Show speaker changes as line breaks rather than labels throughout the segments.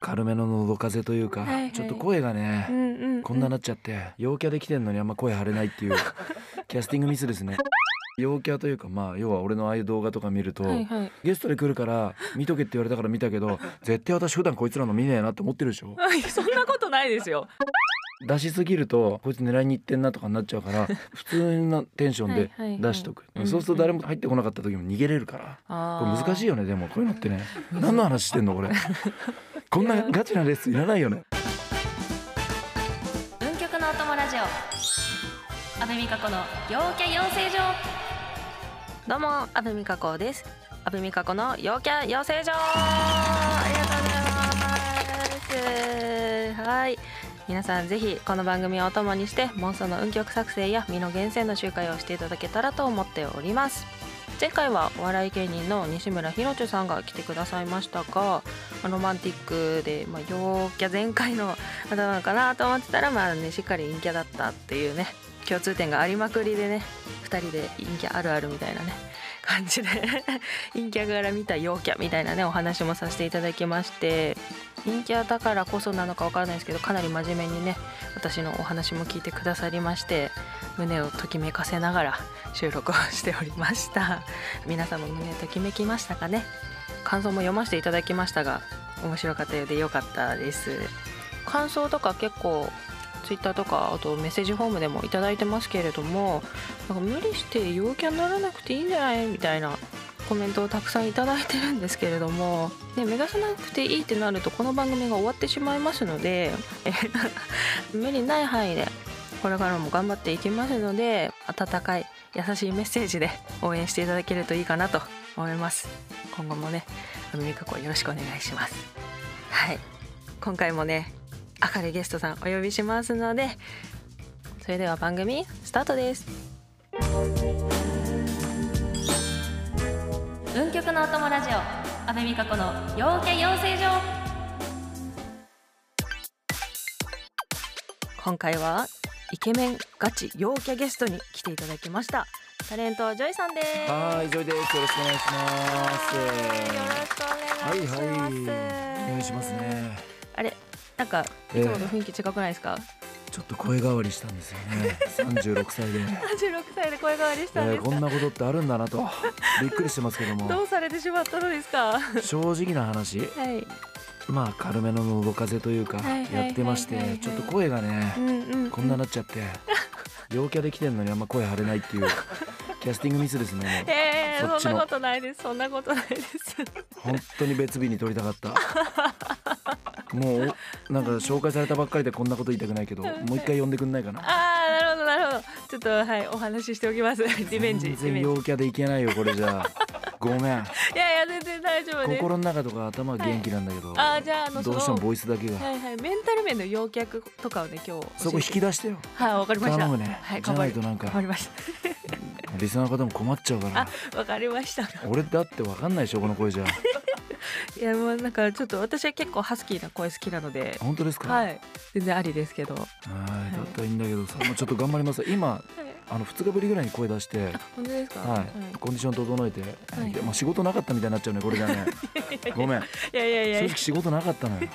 軽めの喉風邪というか、
はいはい
ちょっと声がね、
うんうんうん
こんななっちゃって陽キャできてんのにあんま声張れない っていうキャスティングミスですね陽キャというかまあ要は俺のああいう動画とか見ると、
はいはい
ゲストで来るから見とけって言われたから見たけ ど絶対私普段こいつらの見ねえなって思ってるでしょ
あい やそんなことないですよ。
出しすぎるとこいつ狙いに行ってんなとかになっちゃうから 普通なテンションで
はいはいはい
出しとく、
うんうん
そうすると誰も入ってこなかった時も逃げれるからこれ難しい
よ。
よねでもこういうの ってね何の話してんのこれこんなガチなレースいらないよね
文曲のお供ラジオ阿部美加子の陽キャ養成所
どうも阿部美加子です。阿部美加子の陽キャ養成所。ありがとうございます。はい。皆さんぜひこの番組をお供にして妄想の運曲作成や身の厳選の集会をしていただけたらと思っております前回はお笑い芸人の西村ひろちゅさんが来てくださいましたがまあロマンティックで、まあ、陽キャ全開の方なのかなと思ってたら、まあね、しっかり陰キャだったっていうね共通点がありまくりでね2人で陰キャあるあるみたいなね感じで 陰キャから見た陽キャみたいなねお話もさせていただきまして陰キャだからこそなのかわからないですけどかなり真面目にね私のお話も聞いてくださりまして胸をときめかせながら 収録をしておりました皆さんも胸ときめきましたかね感想も読ませていただきましたが面白かったようで良かったです感想とか結構ツイッターとかあとメッセージフォームでもいただいてますけれどもなんか無理して陽キャにならなくていいんじゃないみたいなコメントをたくさんいただいてるんですけれども、 ね、目指さなくていいってなるとこの番組が終わってしまいますので 無理ない範囲でこれからも頑張っていきますので温かい優しいメッセージで応援していただけるといいかなと思います今後もねアメリカ子よろしくお願いしますはい今回もね明るいゲストさんお呼びしますのでそれでは番組スタートです
文曲のお供ラジオ阿部美加子の陽キャ養成所
今回はイケメンガチ陽キャゲストに来ていただきましたタレントジョイさんです
はい、ジョイです。よろしくお願いし
よ
ま
ろしくお
はいは
願い
い
します、
す。お願いしますね。
あれなんかい
ええ
つもの雰囲気違くないですか、
ちょっと声変わりしたんですよ ね。三十六歳で、
36歳で声変わりし
え
たんです
ーこ
か、
んなことってあるんだなとびっくりしてますけど
ど
も、
うされてしまったのですかは
正直な話、
い
まあ軽めの喉風邪というか
はいはいはいはい
やってまし
はいはい
て、ちょっと声が
う
ね、
んうん
こんななっちゃ って、陽キャで来てんのにあんま声張れないっていうキャスティングミスですね。もう
ええ
そっち
そ
の
んなことないですそんなことないです
本当に別日に撮りたか った。もうおなんか紹介されたばっかりでこんなこと言いたくないけど、もう一回呼んでくんないかな。
ああなるほどなるほどちょっとはいお話ししてお きますリベンジ
全
リベ
然
ンジ
陽キャでいけないよこれじゃあごめん
いやいや全然大丈夫です
心の中とか頭は元気なんだけど、
あーじゃああの
どうしても
その
ボイスだけが、
はいはいメンタル面の要客とかをね今日教えて
そこ引き出してよ
はいわかりました
頼むね
はい
じゃ
頑張
ない
り
となん
頑張
か
りまし
リスナーの方も困っちゃうから
たわかりま した
俺だってわかんないでしょこの声じゃ
いやもうなんかちょっと私は結構ハスキーな声好きなので
本当ですか、
はい全然ありですけど
はいだったらいいんだけどさもうちょっと頑張ります今あの2日ぶりぐらいに声出して
本当ですか
はい、コンディション整えて、
い
でも仕事なかったみたいになっちゃうねこれ じゃねごめん
いやいやいや
正
い
直仕事なかった のよ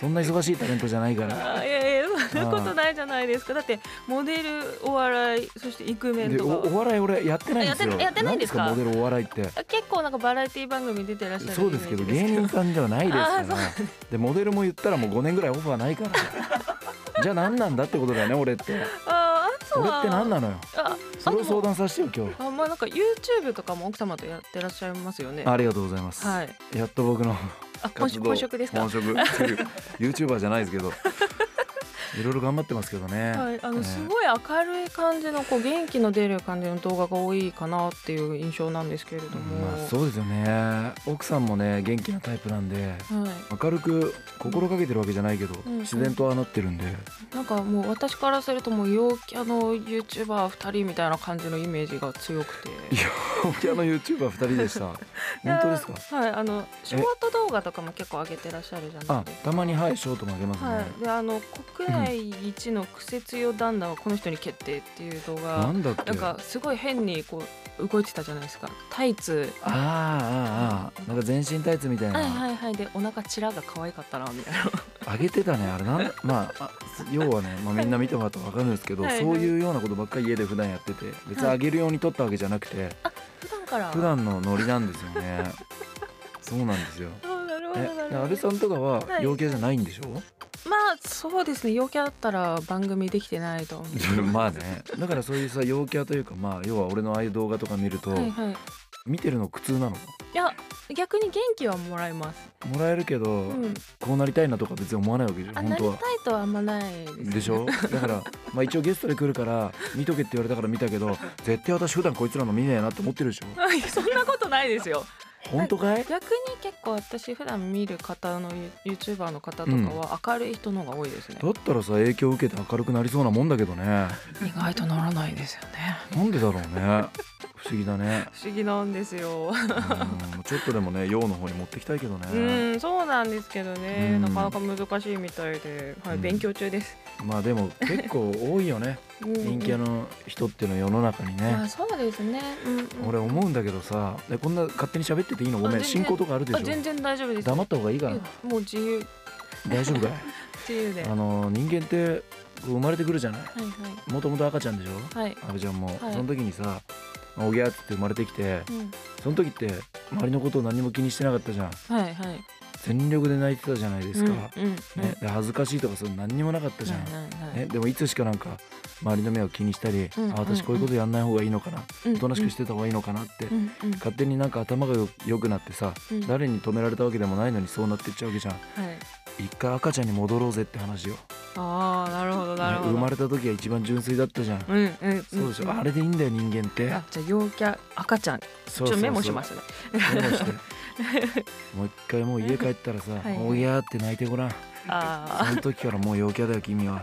そんな忙しいタレントじゃないから
やいやいやそんなことないじゃないですかだってモデルお笑いそしてイクメン
で
と
お
か
お笑い俺やってないんですよ
やってやってないんですか
何モデルお笑いって
あ結構なんかバラエティ番組出てらっしゃる
そうですけど
イメ
芸
ージ
人さんではないですか
あーそう
らでモデルも言ったらもう5年ぐらいオファーないから じゃあ何なんだってことだよね俺って
ああと
俺
は
って何なのよ
あ
それを相談させてよ今日
あまあなんか YouTube とかも奥様とやってらっしゃいますよね
ありがとうございます、
はい
やっと僕の
あ本
活
職
動
本職ですか
本職っていう YouTuber じゃないですけ どいろいろ頑張ってますけどね、
はい、あ
え
の
ー
すごい明るい感じのこう元気の出る感じの動画が多いかなっていう印象なんですけれども、
まあ、そうですよね奥さんもね元気なタイプなんで
はい、
明るく心かけてるわけじゃないけど、
うん
自然とああなってるんで、
なんかもう私からするともう陽キャの YouTuber2 人みたいな感じのイメージが強くて
いや陽キャの YouTuber 二人で した本当ですか
いやはいあのショート動画とかも結構上げてらっしゃるじゃない
あ
ですか
たまにはいショートもあげますね、
はい、であの国内一の苦節用旦那はこの人に決定っていう動画、
なんだっけ
なんかすごい変にこう動いてたじゃないですかタイツ
ああああああなんか全身タイツみたいな、
はいはいはいでお腹ちらが可愛かったなみたいな
あげてたねあれなんだまああ要はね、まあ、みんな見てもらったら分かるんですけど、
はいはい
そういうようなことばっかり家で普段やってて別に
はい
あげるように撮ったわけじゃなくて
普段から
普段のノリなんですよねそうなんですよ
あなるほどな
え
るほど
安部さんとかは
はい
陽キャじゃないんでしょ、
まあそうですね陽キャだったら番組できてないと 思
まあねだからそういうさ陽キャというかまあ要は俺のああいう動画とか見ると、
うはいはい
見てるの苦痛なの
いや逆に元気はもらえます、
もらえるけど、
うん、
こうなりたいなとか別に思わないわけじゃん
あ
本
なり
当
たい
は。
とはあんまないですね
でしょ だから、まあ、一応ゲストで来るから見とけって言われたから見たけ ど絶対私普段こいつらの見ねえなって思ってるでしょ
はいそんなことないですよ
本当かい
逆に結構私普段見る方の YouTuber の方とかは明るい人の方が多いですね、
だったらさ影響受けて明るくなりそうなもんだけどね
意外とならないですよね
なんでだろうね不思議だ ね
不思議なんですよ
うんちょっとでもね陽の方に持ってきたいけど
う
ね
んそうなんですけどね
うん
なかなか難しいみたいで、はい
うん
勉強中です
まあでも結構多いよ ね陰キャ
の
の人っていうのは世の中に
まあ
ね
そうですね、うんうん
俺思うんだけどさえこんな勝手に喋ってていいのごめ
あ全
ん
然
進行とかあるで
あ
し
全
ょ
然大丈夫です
黙った方がいいかな
もう自由
大丈夫 かい
自由では
あ
い
の人間ってこう生まれてくるじゃない
は
もともと赤ちゃんでしょ
いはい、
阿部ちゃんも、
はい
その時にさおぎゃーっつって生まれてきて
うん、
その時って周りのことを何も気にしてなかったじゃん
はいはい
全力で泣いてたじゃないで
です
か、
うんうんうん
ね、で恥ずかしいとかそういうの何にもなかったじゃん、
ないないない
ね、でもいつしかなんか周りの目を気にしたり、
うんうんうん
あ私こういうことやんない方がいいのかな、
うん
おとなしくしてた方がいいのかなって、
うんうん
勝手になんか頭がよ良くなってさ、
うん
誰に止められたわけでもないのにそうなってっちゃうわけじゃん
はい
一回赤ちゃんに戻ろうぜって話よ、ね
ああなるほどなるほど、
生まれた時は一番純粋だったじゃん、
うんうんうん
そうでしょ、あれでいいんだよ人間って
あじゃあ陽キャ赤ちゃんち
そ
ょ
う
っ
そう
と
そう
メモしますね
メモして もう一回もう家帰ったらさ
はい
「おぎゃ」って泣いてごらん
あ
その時からもう陽キャだよ君 は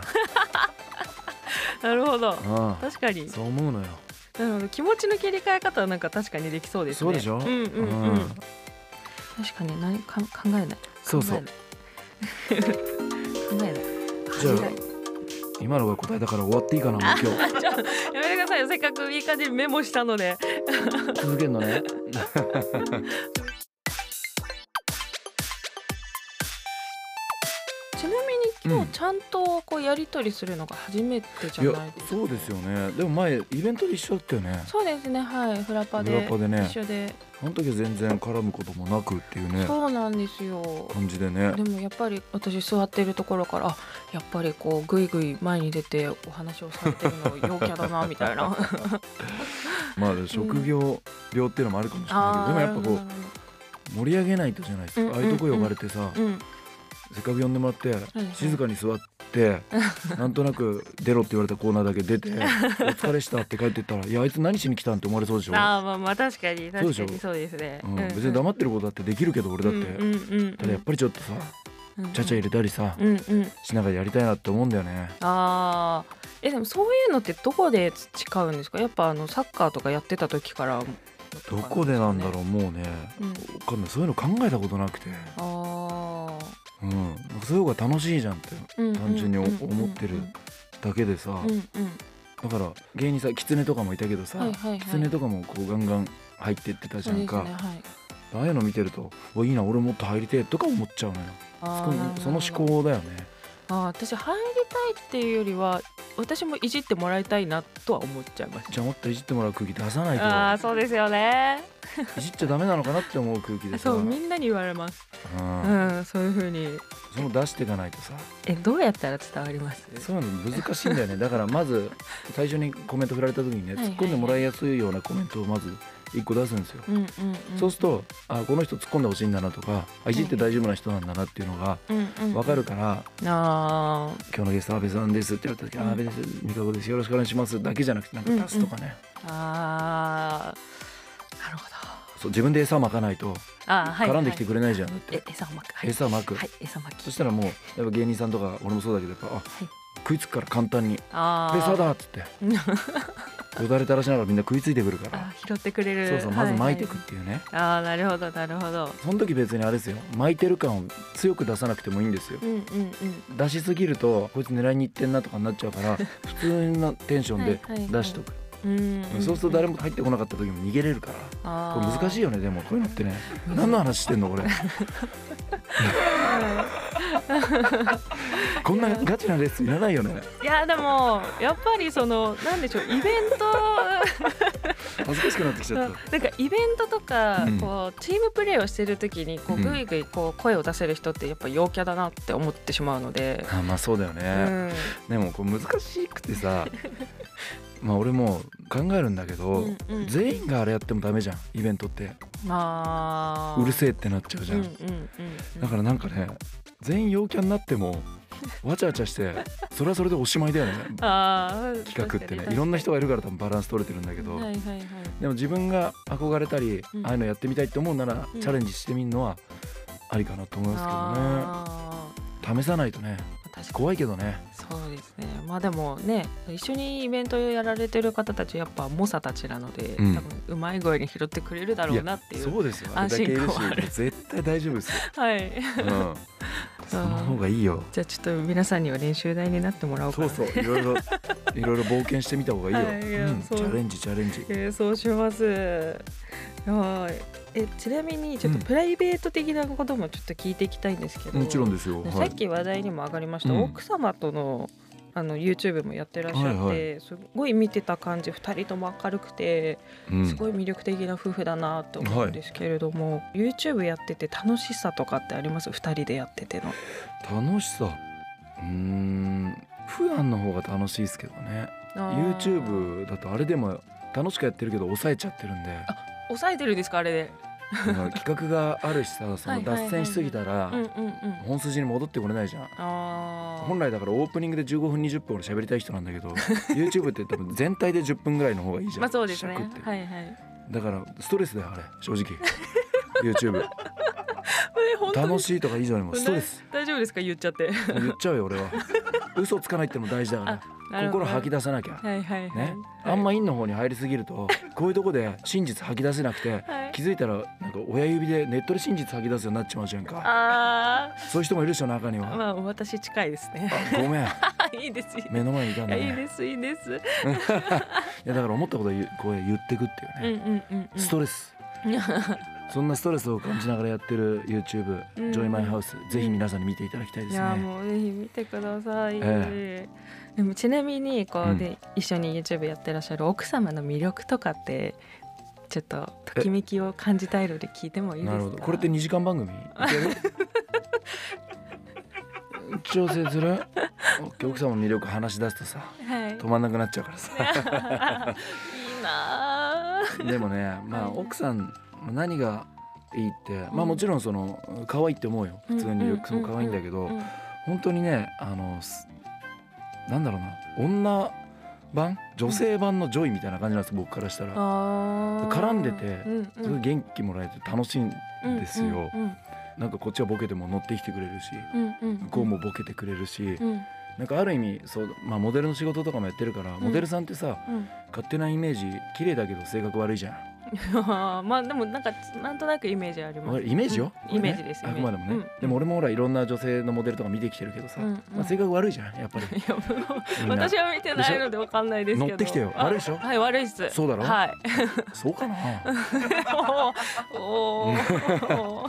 あ なるほど
う
確かに
んそう思うのよ
なるほど気持ちの切り替え方はなんか確かにできそうですね
そうでしょ
うんうんうん、
うん
確かに何か考えない
そうそう
考えない 考
じゃ
えない
あ今のが答えだから終わっていいかなもう 今日
やめてくださいよせっかくいい感じにメモしたので
続けるのね
ちなみに今
うん
日ちゃんとこうやり取りするのが初めてじゃ
い
ない
や
ですか、
そうですよねでも前イベントで一緒だったよね
そうですねはいフラパで
フラパでね
一緒で
あの時は全然絡むこともなくっていうね
そうなんですよ
感じでね
でもやっぱり私座ってるところからあやっぱりこうぐいぐい前に出てお話をされてるの陽キャだなみた いな
まあ職業病っていうのもあるかもしれ
あ
ないけ
ー
どでもやっぱこう盛り上げないとじゃないです
うんうん
かああいうとこ呼ばれてさ
なるほどうん
せっかく呼んでもらって
はい
静かに座 ってなんとなく出ろって言われたコーナーだけ出てお疲れしたって帰ってったらいやあいつ何しに来たんって思われそうでしょ、
あーまあまあ確かに
そう
確
で
か
しょ
にそうですね
うん、別に黙ってることだってできるけど俺だって、
うんうんうんうん、
ただやっぱりちょっとさちゃちゃ入れたりさ、
うんうん
しながらやりたいなって思うんだよね
あーえでもそういうのってどこで培うんですかやっぱあのサッカーとかやってた時から
どこでなんだろうもうね
う、うん、
わかんないそういうの考えたことなくて、
あ
うん、なんかそういう方が楽しいじゃんって
ーうんうんうんうん
単純に思ってるだけでさ、
うんうん
だから芸人さキツネとかもいたけどさ、
はいはいはい
キツネとかもこうガンガン入ってってたじ
そ
ゃ
う
ん
ですね
か、
はい
ああいうの見てるとおいいな俺もっと入りてえとか思っちゃうのよ
あ
そこ
ーなるほど
その思考だよね
あー私入りたいっていうよりは私もいじってもらいたいなとは思っちゃいまし
じゃあもっといじってもらう空気出さない
たあー
と
そうですよね
いじっちゃダメなのかなって思う空気でさ
そうみんなに言われます
うん
うんそういう風に
その出していかないとさ
えどうやったら伝わります
そういうの難しいんだよねだからまず最初にコメント振られた時にね
はいはい
突っ込んでもらいやすいようなコメントをまず一個出すんですよ、
うんうんうん
そうするとあこの人突っ込んでほしいんだなとかあいじって大丈夫な人なんだなっていうのが
うんうん
分かるから
あー
「今日のゲスト阿部さんです」って言われた時「
うん
あ阿部です美香子ですよろしくお願いします」だけじゃなくてなんか出すとかね、
あーなるほど
そう自分で餌まかないと
あーはい
絡んできてくれないじゃん、だ
え
って
餌をまくはい
餌まく、
はい餌まき
そしたらもうやっぱ芸人さんとか俺もそうだけどやっぱあ、
い
食いつくから簡単に「で
あー
餌だ」っつって よだれ垂らしながらみんな食いついてくるから
あ拾ってくれる
そうそうまず巻いていくっていうね、
はいはいああなるほどなるほど
その時別にあれですよ巻いてる感を強く出さなくてもいいんですよ
うんうんうん
出しすぎるとこいつ狙いに行ってんなとかになっちゃうから 普通なテンションで
はいはいはい
出しとく、
うんん
そ
ん
うすると誰も入ってこなかった時も逃げれるから
あ
これ
ー
難しいよねでもこういうのってね 何の話してんのこれこんなガチなレースいらないよね
いやでもやっぱりそのなんでしょうイベント
恥ずかしくなってきちゃ
な
っ
ん
た
かイベントとか
うん
こうチームプレーをしてる時にこう
うん
ぐいぐいこう声を出せる人ってやっぱ陽キャだなって思ってしまうので、
あまあそうだよ
う
ね、
ん
でもこう難しくてさ まあ俺もう考えるんだけど、
うんうん
全員があれやってもダメじゃんイベントって
まあ
うるせえってなっちゃうじゃん、
うんうんうんうん
だからなんかね全員陽キャになってもわちゃわちゃしてそれはそれでおしまいだよね
あー
企画ってね
確かに
いろんな人がいるから多分バランス取れてるんだけど、
はいはいはい
でも自分が憧れたり、
うん
ああいうのやってみたいって思うなら、
うん
チャレンジしてみるのはありかなと思います
あー
けどね試さないとね
確かに
怖いけどね
そうですねまあでもね一緒にイベントやられてる方たちやっぱ猛者たちなので、
うん
多分うまい声に拾ってくれるだろうなっていう
そうですよあれ
安
だけい
心
る
感
し
はある
絶対大丈夫 ですよ、
はい
うん、その方がいいよ
じゃあちょっと皆さんには練習台になってもらおうか
そう
な
そういろいろいろいろ冒険してみた方がいいよ、
はいいや
うん、チ
そう
ャレンジチャレンジ
えーそうしますはいえちなみにちょっと
うん
プライベート的なこともちょっと聞いていきたいんですけど、
もちろんですよ、
ね
はい
さっき話題にも上がりました、
うん
奥様とのあの YouTube もやってらっしゃって、
はいは
すごい見てた感じ2人とも明るくて
うん
すごい魅力的な夫婦だなと思うんですけれども、YouTube やってて楽しさとかってあります2人でやってての。
楽しさうーん普段の方が楽しいですけどね YouTube だとあれでも楽しくやってるけど抑えちゃってるんで
抑えてるんですかあれで。
まあ企画があるし さそ
は
の
いはいはいは
脱
い
線しすぎたら
うんうんうん、
本筋に戻ってこれないじゃん
あー
本来だからオープニングで15分20分俺喋りたい人なんだけ ど YouTube って多分全体で10分ぐらいの方がいいじゃん、
まあそうですね。
尺って
はいはい。
だからストレスだよあれ正 直 YouTube 楽
い。
しいとか以上にもストレス
大丈夫ですか言っちゃって。
言っちゃうよ俺は嘘つかないってのも大事だか
な
ら
るほど
心吐き出さなきゃ
はいはいはい。
ね、あんま陰の方に入りすぎるとこういうとこで真実吐き出せなくて、
はい
気づいたらなんか親指でネットで真実吐き出すようになっちまうじゃんか
あ
そういう人もいるでしょ中には、
あ、まあ私近いですね。
あごめん
いいですいいです。
目の前にいたん
い
だ
や
ね
いいですいいです。
いやだから思ったことを言うこう言ってくっていう
うん
ね、
うんうんうん。
ストレスそんなストレスを感じながらやってる YouTube
うん
ジョイマイハウスぜひ皆さんに見ていただきたいで
い
す
や
ね
もうぜひ見てください。
え
でもちなみにこ
う
うんで、一緒に YouTube やってらっしゃる奥様の魅力とかってちょっとときめきを感じたいので聞いてもいいで
な
すか。
るほどこれって2時間番 組いける調整する奥様の魅力話し出すとさ
はい。いい
止まんなくなっちゃうからさ
なあ。
でもね、まあ、
はい
奥さん何がいいって、ま
う
あ
ん
もちろんその可愛いって思うよ普通にルックスも可愛いんだけ
う
ど
ん
本当にねあのすなんだろうな女版女性版のジョイみたいな感じなんです僕からしたら
あー
絡んでて
うんうん
すごい元気もらえて楽しいんですよ
うんうん
なんかこっちはボケても乗ってきてくれるし
うんうん
向こうもボケてくれるし
うん
なんかある意味そう、まあ、モデルの仕事とかもやってるから
ん
モデルさんってさ
うん
勝手なイメージ綺麗だけど性格悪いじゃん。
あーまあでもなんかなんとなくイメージありま
わか
す
るイメージよ、
うんイメージです
あくまでもね、
イメージうん
でも俺もほらいろんな女性のモデルとか見てきてるけどさ、
うんうん
まあ、性格悪いじゃんやっぱり
いやもう
みんな
私は見てないのでわかんないですけど
乗ってきてよ
あ
悪いでしょ
はい悪いです
そうだろ
はい
そうか な
おーおー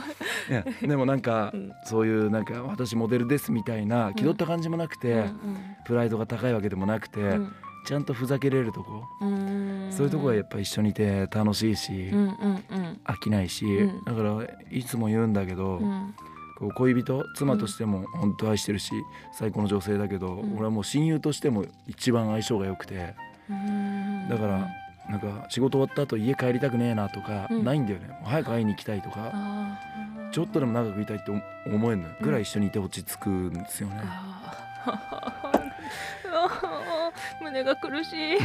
いやでもなんか、
うん
そういうなんか私モデルですみたいな気取った感じもなくて、
うん
プライドが高いわけでもなくて、
うん
ちゃんとふざけれるとこ、
うん
そういうとこはやっぱ一緒にいて楽しいし、
うんうんうん
飽きないし、
うん
だからいつも言うんだけど、
うん
こう恋人妻としても本当愛してるし、最高の女性だけど、
ん
俺はもう親友としても一番相性が良くて。
うん
だからなんか仕事終わった後家帰りたくねえなとか
うん
ないんだよね、もう早く会いに行きたいとか
あー
ちょっとでも長くいたいって思思えるのよぐらい一緒にいて落ち着くんですよね、
あーあー 胸が苦しい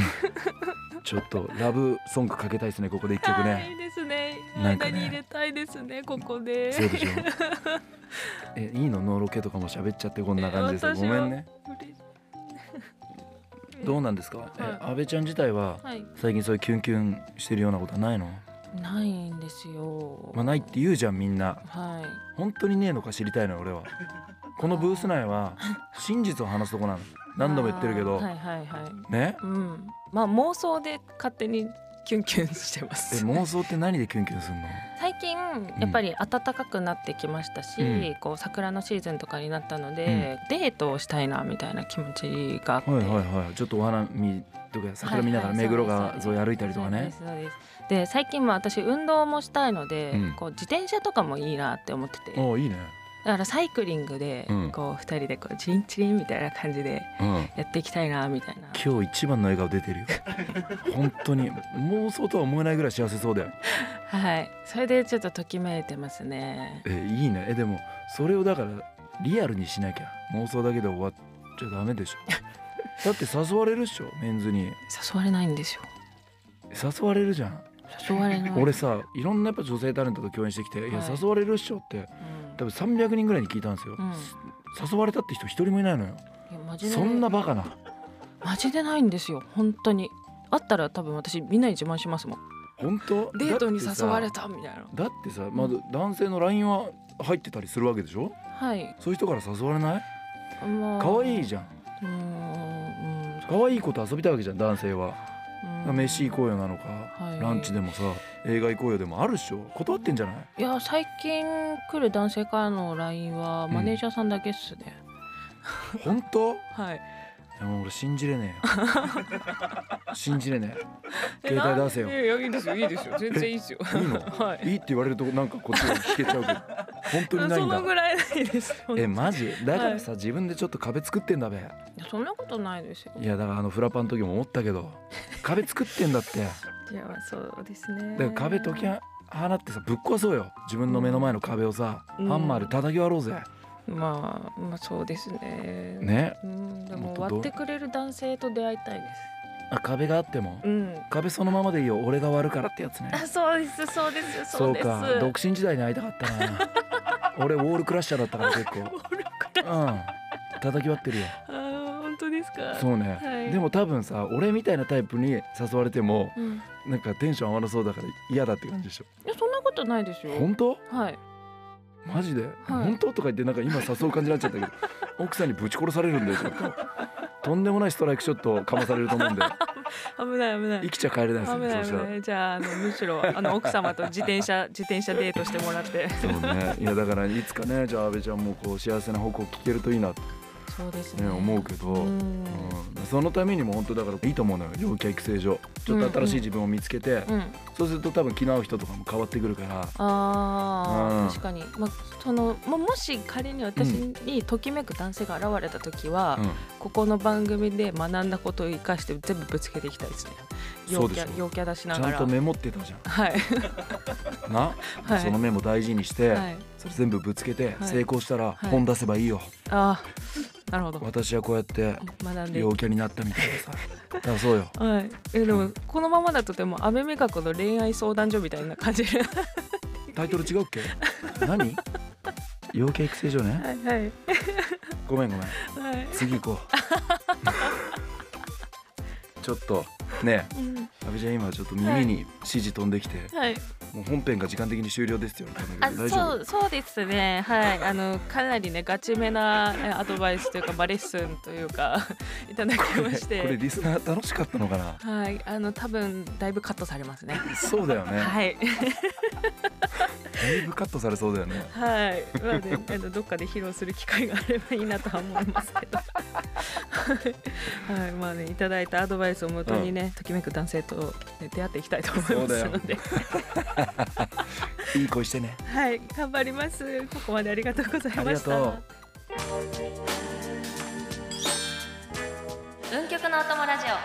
ちょっとラブソングかけたいですねここで一曲
はい
ね
いいですね。
なんか
間
ね
に入れたいですね。ここで。
そうでしょ えいいのノーロケとかも喋っちゃってこんな感じです
え私
ご
は
めんね
嬉しい
どうなんですか、え安倍ちゃん自体は
はい
最近そういうキュンキュンしてるようなことはないの、
ないんですよ
まあ、ないって言うじゃんみんな
はい
本当にねえのか知りたいのよ俺はこのブース内は真実を話すとこなの何度も言ってるけど、
あーはいはいはい
ね
うんまあ妄想で勝手にキュンキュンしてま
え
す
妄想って何でキュンキュンするの
最近やっぱり暖かくなってきましたし、
うん
こう桜のシーズンとかになったので、デートをしたいなみたいな気持ちがあって、
はいはいはいちょっとお花見とか桜見ながら目黒川沿い歩いたりとか
そうで
ね
すそうですで最近は私運動もしたいので、
うん
こう自転車とかもいいなって思っててだ
おおいいね
からサイクリングで
うん
こう二人でこうチリンチリンみたいな感じで
うん
やっていきたいなみたいな
今日一番の笑顔出 てるよ本当に妄想とは思えないぐらい幸せそうだよ
はいそれでちょっとときめいてますね
えいいねえでもそれをだからリアルにしなきゃ妄想だけで終わっちゃダメで しょだって誘われるっしょメンズに
誘われないんですよ
誘われるじゃん
誘われない
俺さいろんなやっぱ女性タレントと共演してきて、い、や
はい
誘われるっしょって
うん
多分300人ぐらいに聞いたんですよ、
うん
誘われたって人一人もいないのよ
いやマジで
そんなバカな
マジでないんですよ本当にあったら多分私みんなに自慢しますもん
本当
デートに誘われ
た
たみたいな
だってさ、まあ、男性の LINE は入ってたりするわけでしょ
はい
そういう人から誘われない
もう
可愛いじゃん
うーん
可愛い子と遊びたいわけじゃん男性は
うんうん
飯行こうよなのか、
はい
ランチでもさ映画行こうよでもあるっしょ断ってんじゃない
いや最近来る男性からの LINE は
うん
マネージャーさんだけっすね、
本当
はい
でもう俺信じれねえ よ信じれねえ携帯出せよ
いやいいですよいいで すよ全然いいですよ
いいの
はい
いいって言われるとなんかこっちが引けちゃうけど本当にない
そ
ん
のぐ
だ
らいないです
えマジだからさ、自分でちょっと壁作ってんだべ
いやそんなことないですよ
いやだからあのフラパンの時も思ったけど壁作ってんだ ってだか
いやそうですね
ら壁解き放ってさぶっ壊そうよ自分の目の前の壁をさ、
うん
ハンマーで叩き割ろうぜ
まあまあそうですね
ね
うんで
も
も
っとどう
割ってくれる男性と出会いたいです
あ壁があっても
うん
壁そのままでいいよ俺が割るからってやつね
あそうですそうです
そう
です
か独身時代に会いたかった な俺ウォールクラッシャーだったから結構うん叩き割ってるよ
あー本当ですか
そうね、
はい
でも多分さ俺みたいなタイプに誘われても
うんい
なんかテンション上がらそうだから嫌だって感じでしょ、
やそんなことないですよ
本当
はい
マジで、本当とか言ってなんか今誘う感じになっちゃっ たけど奥さんにぶち殺されるんでちょっととんでもないストライクショットかまされると思 うんで
危ない危ない
生きちゃ帰れないです
危
ね
な
そ
い危
したら
ないじゃああのむしろあの奥様と自転 車自転車デートしてもらって
そうねいやだからいつかねじゃあ安倍ちゃんもこう幸せな報告聞けるといいなって
そうです
ね思うけど、
ん
うんそのためにも本当だからいいと思うのよ陽キャ育成所ちょっと新しい自分を見つけて、
うん
そうすると多分気の合う人とかも変わってくるから
あ
う
ー
ん
確かに、まあ、そのまあもし仮に私にときめく男性が現れた時は、
う
ここの番組で学んだことを生かして全部ぶつけていきたいですね
そ
陽
うで
キ
しょ
ャ陽キャ出し
ん、
な
ちゃ
が
ん
ら
とメモってたじゃ
はい
んな、
はい
そのメモ大事にして、
はい
それ全部ぶつけて
い
成功したら
はい
本出せばいいよ、
ああなるほど
私はこうやって
学んでい
陽キャになったみたいなさだ からそうよ
はい、えで
う
も
ん
このままだとでも安倍美香子の恋愛相談所みたいな感 じでは
タイトル違うっけ何陽キャ育成所ね
いはい
ごめんごめん
はい、
次行こ うちょっとね
うん、
阿部ちゃん今ちょっと耳に指示飛んできて、
はい
もう本編が時間的に終了ですよ多分
あ
大丈
そ
夫
うそうですねはいあのかなりねガチめなえアドバイスというか、まあ、レッスンというか いただきまし
これ
て
リスナー楽しかったのかな
はいあの多分だいぶカットされますね
そうだよね
はい
だいぶカットされそうだよね
はいなのであのどっかで披露する機会があればいいなとは思いますけどはいはいまあねいただいたアドバイスをもとにね、ときめく男性と、ね、出会っていきたいと思いますので
いい声してね
はい、頑張ります。ここまでありがとうございました。
ありがとう
運極のお供ラジオ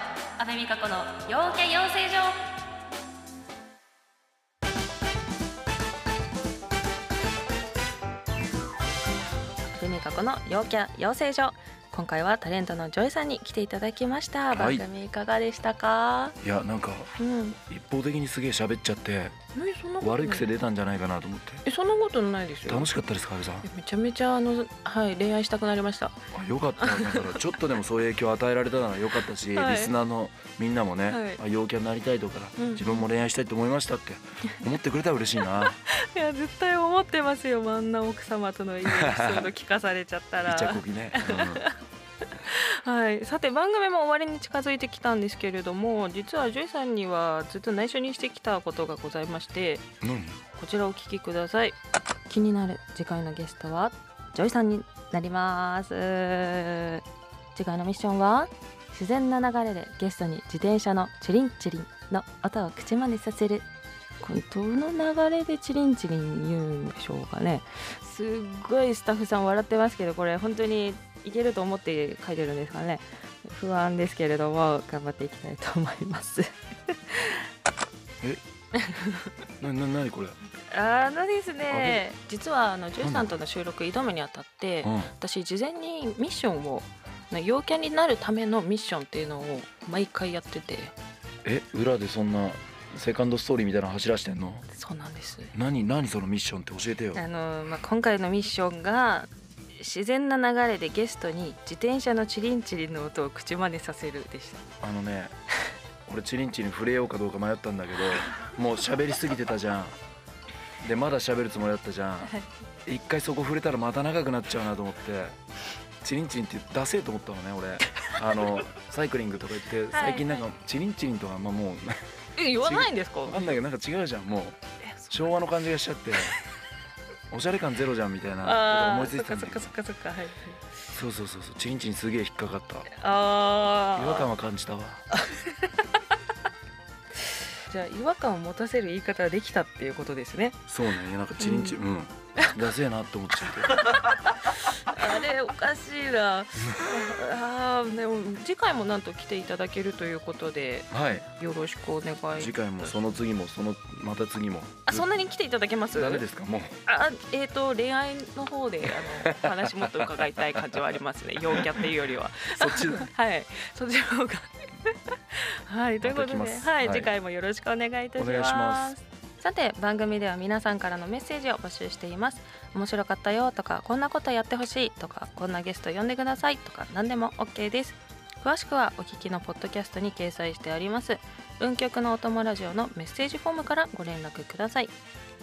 安倍美加子の陽キャ養成所
ふみかこの陽キャ養成所。今回はタレントのジョイさんに来ていただきました。
はい
番組いかがでしたか。
いやなんか
うん、
一方的にすげえ喋っちゃって
えそんなことない
悪い癖出たんじゃないかなと思って
えそんなことないですよ
楽しかったですか阿部さん
えめちゃめちゃあのはい恋愛したくなりました
あよかっただからちょっとでもそういう影響を与えられたならよかったし、
はい
リスナーのみんなもね、
はい
あ陽キャになりたいとか、
うん
自分も恋愛したいと思いました って思ってくれたら嬉しい な
いや絶対思ってますよあんな奥様とのいいエピソード聞かされちゃっ た
い
ら
ちゃこきね、
はい、さて番組も終わりに近づいてきたんですけれども実はジュイさんにはずっと内緒にしてきたことがございまして
うん、何
こちらをお聞きください気になる次回のゲストはジョイさんになります次回のミッションは自然な流れでゲストに自転車のチリンチリンの音を口までさせるこれどの流れでチリンチリン言うんでしょうかねすっごいスタッフさん笑ってますけどこれ本当にいけると思って書いてるんですかね不安ですけれども頑張っていきたいと思います
なな何これ、
あのです
あ
ね
れ
実はあのジュンさんとの収録挑むにあたって
うん、
私事前にミッションを陽キャになるためのミッションっていうのを毎回やってて
え裏でそんなセカンドストーリーみたいなの走らしてんの
そうなんです
何何そのミッションって教えてよ
あの、まあ、今回のミッションが自然な流れでゲストに自転車のチリンチリンの音を口真似させるでした
あのね 俺チリンチリン触れようかどうか迷ったんだけどもう喋りすぎてたじゃんでまだ喋るつもりだったじゃん一回そこ触れたらまた長くなっちゃうなと思ってチリンチリンって出せえと思ったのね 俺あのサイクリングとか言って最近なんかチリンチリンとかまあもう
え言わないんですか
なんだけどなんか違うじゃんもう昭和の感じがしちゃっておしゃれ感ゼロじゃんみたいなこと
あ
思
あ
いつい
そって
た
か
ん
そ
だ
っ
け
か
ど
そっかそっかはい
そうそうそうそうチリンチリンすげえ引っかかった
ああ
違和感は感じたわ
じゃあ違和感を持たせる言い方ができたっていうことですね
そうねなんかチリンチリンうん、ダセえなって思っちゃって
あれおかしいな。あーでも次回もなんと来ていただけるということで
はい、
よろしくお願い。
次回もその次もそのまた次も。
あそん
な
なに来ていただけます？
ダメですかもう。
あえっ、と恋愛の方であのお話もっと伺いたい感じはありますね。陽キャっていうよりは。
そっちだ。
はいそっちの 方が。はいということで、
また来ます
はい、
はい
次回もよろしくお願いいたし
お願いし
ま。
ます
さて番組では皆さんからのメッセージを募集しています面白かったよとかこんなことやってほしいとかこんなゲスト呼んでくださいとか何でも OK です詳しくはお聞きのポッドキャストに掲載してあります文曲のお供ラジオのメッセージフォームからご連絡ください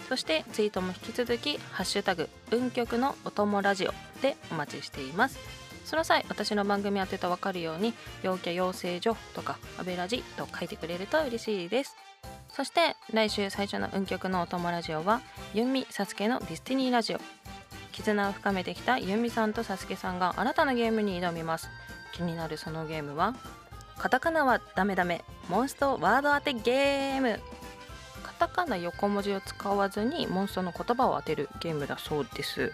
そしてツイートも引き続き「ハッシュタグ文曲のお供ラジオ」でお待ちしていますその際私の番組宛てと分かるように「陽キャ養成所」とか「アベラジ」と書いてくれると嬉しいですそして来週最初の運極のお供ラジオはユンミサスケのディスティニーラジオ絆を深めてきたユンミさんとサスケさんが新たなゲームに挑みます気になるそのゲームはカタカナはダメダメモンストワード当てゲームカタカナ横文字を使わずにモンストの言葉を当てるゲームだそうです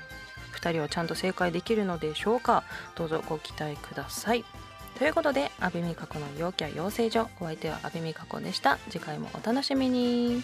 2人はちゃんと正解できるのでしょうかどうぞご期待くださいということで阿部美加子の陽キャ養成所お相手は阿部美加子でした次回もお楽しみに